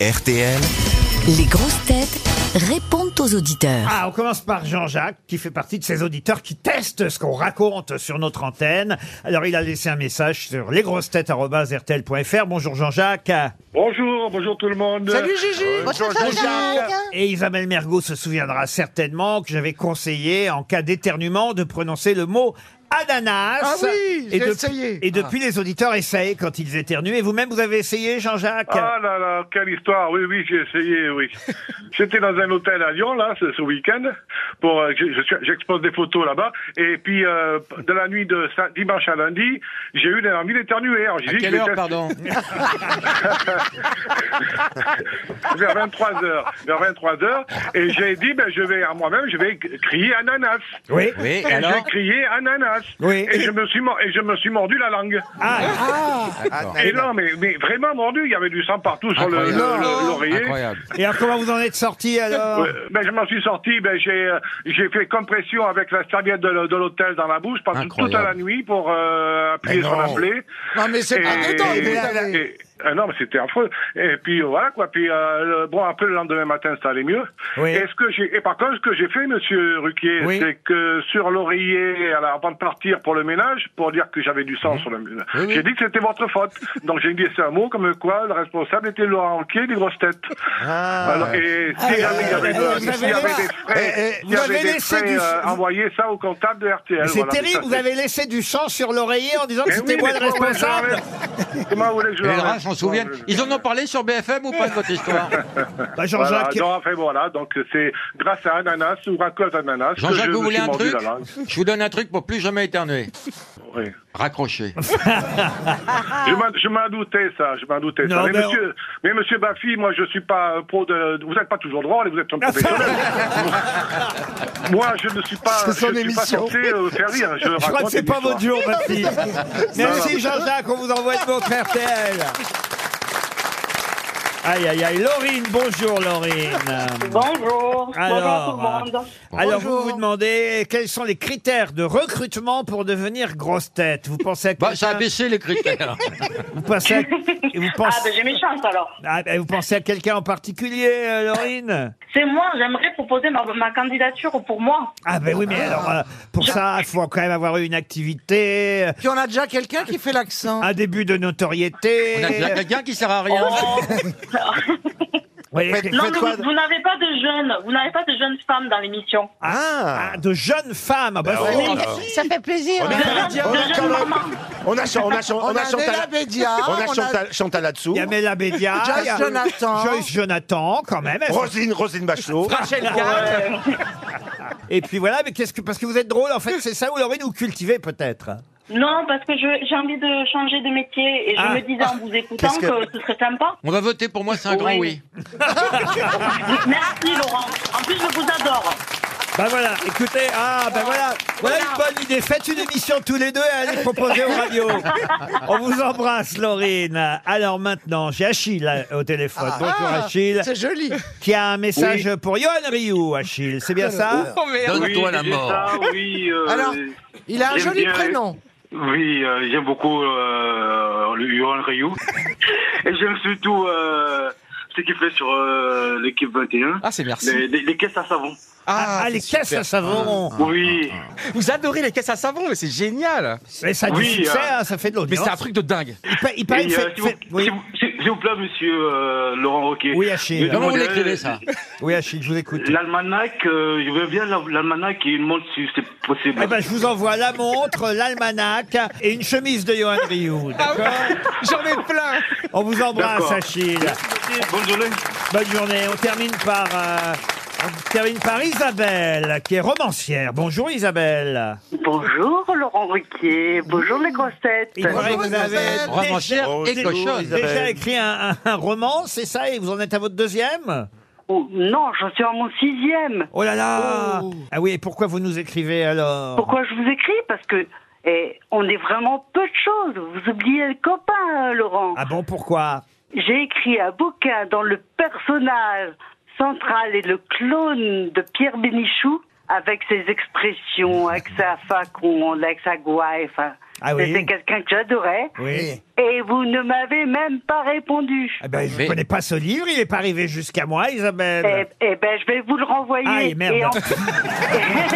RTL. Les grosses têtes répondent aux auditeurs. Ah, on commence par Jean-Jacques, qui fait partie de ces auditeurs qui testent ce qu'on raconte sur notre antenne. Alors, il a laissé un message sur lesgrossetêtes.rtl.fr. Bonjour Jean-Jacques. Bonjour, bonjour tout le monde. Salut Gigi. bonjour Jean-Jacques. Et Isabelle Mergot se souviendra certainement que j'avais conseillé, en cas d'éternuement, de prononcer le mot ananas. Ah oui, et j'ai de- essayé. Ah. Et depuis, les auditeurs essayent quand ils éternuent. Et vous-même, vous avez essayé, Jean-Jacques Ah là là, quelle histoire. Oui, oui, j'ai essayé, oui. J'étais dans un hôtel à Lyon, là, ce, ce week-end. Pour, euh, je- je suis- j'expose des photos là-bas. Et puis, euh, de la nuit de sa- dimanche à lundi, j'ai eu des envie d'éternuer. Alors, j'ai dit, je Quelle vais heure, tester. pardon vers 23 heures. Vers 23 heures. Et j'ai dit, ben, je vais, à moi-même, je vais crier ananas. Oui. Oui, Et j'ai alors crié ananas. Oui. Et je me suis, mor- et je me suis mordu la langue. Ah, Et non, mais, mais vraiment mordu, il y avait du sang partout sur le- le- bah. Incroyable. le- l'oreiller. Incroyable. et alors, comment vous en êtes sorti alors Ouais, ben, je m'en suis sorti, ben, j'ai, euh, j'ai fait compression avec la serviette de, l'h- de l'hôtel dans la bouche pendant toute Incroyable. la nuit pour euh, appuyer Mais sur non. la plaie. Non, mais c'est pas Eh, Et- dedans, vous et- l'avez. et- ah non, mais c'était affreux. Et puis euh, voilà quoi. Puis euh, le- bon, après le lendemain matin, ça allait mieux. Oui. Et, ce que j'ai, et par contre, ce que j'ai fait, Monsieur Ruquier, Oui. c'est que sur l'oreiller, alors, avant de partir pour le ménage, pour dire que j'avais du sang sur le ménage, j'ai dit que c'était votre faute. Donc j'ai dit c'est un mot comme quoi le responsable était Laurent Ruquier des grosses têtes. Ah. Alors, et si jamais il y avait, euh, de- vous avez s'il y avait laissé- des frais, eh, eh, s'il vous y avait avez des laissé frais, du- euh, envoyez ça au comptable de RTL. Mais C'est voilà, terrible, ça, vous c'est- avez laissé du sang sur l'oreiller en disant que Eh c'était oui, moi mais le comment voulez-vous que je responsable. l'arrête Comment voulez-vous que je Les rats l'arrête s'en souviennent. Ils en ont parlé sur BFM ou pas de votre histoire Bah, Voilà, Jean-Jacques, non, enfin voilà, donc c'est grâce à Ananas ou à cause d'Ananas. que Jean-Jacques, je vous me voulez suis un mordu truc la langue. Je vous donne un truc pour plus jamais éternuer. Oui. Raccrocher. Je m'en- Je m'en doutais, ça, je m'en doutais. Non, ça. Mais, mais on- monsieur, mais monsieur Baffy, moi je suis pas un pro de. Vous n'êtes pas toujours droit, vous êtes un professionnel. moi, je ne suis pas. C'est son je ne suis pas émission. censé euh, faire rire. Je, je crois que c'est pas votre votre jour, ma fille. Merci Jean-Jacques, on vous envoie de votre RTL. Aïe, aïe, aïe. Laurine, bonjour Laurine. Bonjour. Alors, euh, Bonjour tout le monde. Alors vous vous demandez quels sont les critères de recrutement pour devenir grosse tête. Vous pensez à Bah, ça a quelqu'un- baissé les critères. vous pensez à- et vous Ah, pensez- ben j'ai mes chances alors. Ah, ben, vous pensez à quelqu'un en particulier, euh, Laurine C'est moi, j'aimerais proposer ma, ma candidature pour moi. Ah ben oui, mais alors euh, pour ça, il faut quand même avoir eu une activité, euh, Puis on a déjà quelqu'un qui fait l'accent. un début de notoriété. On a déjà quelqu'un qui sert à rien. Oui. non, mais vous, vous n'avez pas de jeunes, vous n'avez pas de jeunes femmes dans l'émission. Ah, de jeunes femmes. Ben Ah, bah, c'est- Ça fait plaisir. On hein. est De là, jeunes, Ah, on de est jeunes quand même- mamans. On a Chan- on a Chan- On on a a Nella Chantal. Bédia, On a on a- Chantal, Chantal Latsou. il y a Mela Bédia, Joyce il y a Jonathan. Joyce Jonathan, quand même. elles sont- Rosine, Rosine Bachelot. Et puis voilà, mais qu'est-ce que parce que vous êtes drôle en fait, c'est ça ou Laurine ou cultivé peut-être. Non, parce que je- j'ai envie de changer de métier et je Ah. me disais en vous écoutant Qu'est-ce que- que... ce serait sympa. On va voter pour moi, c'est un grand oui. Merci Laurent. En plus, je vous adore. Bah voilà, écoutez, ah bah voilà, voilà une bonne idée. Faites une émission tous les deux et allez proposer aux radios. On vous embrasse, Laurine. Alors maintenant, j'ai Achille euh, au téléphone. Bonjour Ah, Achille, C'est joli. qui a un message pour Johan Rioux. Achille, c'est bien ça Donne-toi la mort. Ah, oui, Alors, Il a un J'aime joli Eh bien, prénom. Oui, euh, j'aime beaucoup euh, le Johan Ryu. Et j'aime surtout euh, ce qu'il fait sur euh, l'équipe 21. Ah, c'est merci. Les, les- les caisses à savon. Ah, les caisses à savon. ah, oui. ah, Vous adorez les caisses à savon, mais c'est génial Mais ça a du Oui, succès, euh, hein, ça fait de Mais l'audience. c'est un truc de dingue Il, pa- Bah, il paraît Et, que euh, fait- s'il vous, fait- oui. s'il vous- s'il- s'il vous plaît, monsieur euh, Laurent Roquet. Oui, Achille. je Comment vous demandais, l'écrivez, ça oui, Achille, je vous écoute. L'almanach, euh, je veux bien la- l'almanach et une montre si c'est possible. Eh ben, je vous envoie la montre, l'almanach et une chemise de Johan Rioux. d'accord J'en ai plein On vous embrasse, D'accord. Achille. Bonne journée. Bonne journée. On termine par, euh, on termine par Isabelle, qui est romancière. Bonjour Isabelle. Bonjour Laurent Ruquier. Bonjour les grossettes. Il paraît que vous avez Isabelle. déjà- Romancière et déjà- cochonne. Déjà écrit un, un- un roman, c'est ça Et vous en êtes à votre deuxième Oh, non, j'en suis à mon sixième. Oh là là Ah oui, et pourquoi vous nous écrivez alors Pourquoi je vous écris Parce que eh, on est vraiment peu de choses. Vous oubliez le copain, hein, Laurent. Ah bon, pourquoi J'ai écrit un bouquin dont le personnage central est le clone de Pierre Bénichou, avec ses expressions, avec sa facon, avec sa gouaille, enfin, Ah oui. C'était quelqu'un que j'adorais. Oui. Et vous ne m'avez même pas répondu. Eh ben, je ne Oui. connais pas ce livre, il n'est pas arrivé jusqu'à moi, Eh, Isabelle. eh ben, je vais vous le renvoyer. Aïe, merde. Et,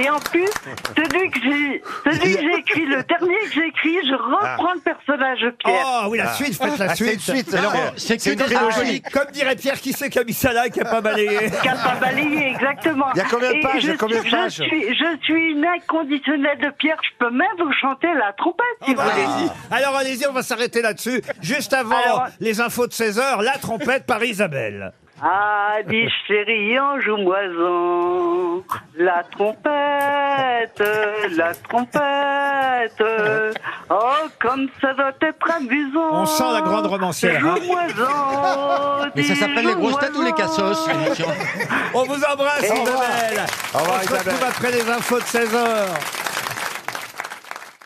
en... Et en plus, celui que j'ai, celui que j'ai écrit, le dernier que j'ai écrit, je reprends le personnage de Pierre. Oh oui, la suite, faites la Ah, c'est suite. une suite. Alors, hein. c'est que une des trilogie. alcooliques. Comme dirait Pierre, qui c'est qui a mis ça là et qui a pas balayé Qui a pas balayé, exactement. Il y a combien de Et pages, il y a je combien de suis- pages je suis, je suis une inconditionnelle de Pierre. Je peux même vous chanter la trompette, Oh, si bah, vous voulez. Allez-y. Alors allez-y, on va s'arrêter là-dessus. Juste avant Alors- les infos de 16h, la trompette par Isabelle. Ah, dis chérie, ange ou moisan, la trompette, la trompette. Oh, comme ça doit être amusant. On sent la grande romancière, hein. Joue moisan, Mais ça dis, s'appelle les joue grosses têtes ou les moisan. cassos cette émission On vous embrasse, Au revoir. Isabelle. Au revoir, on se retrouve Isabelle. après les infos de 16h.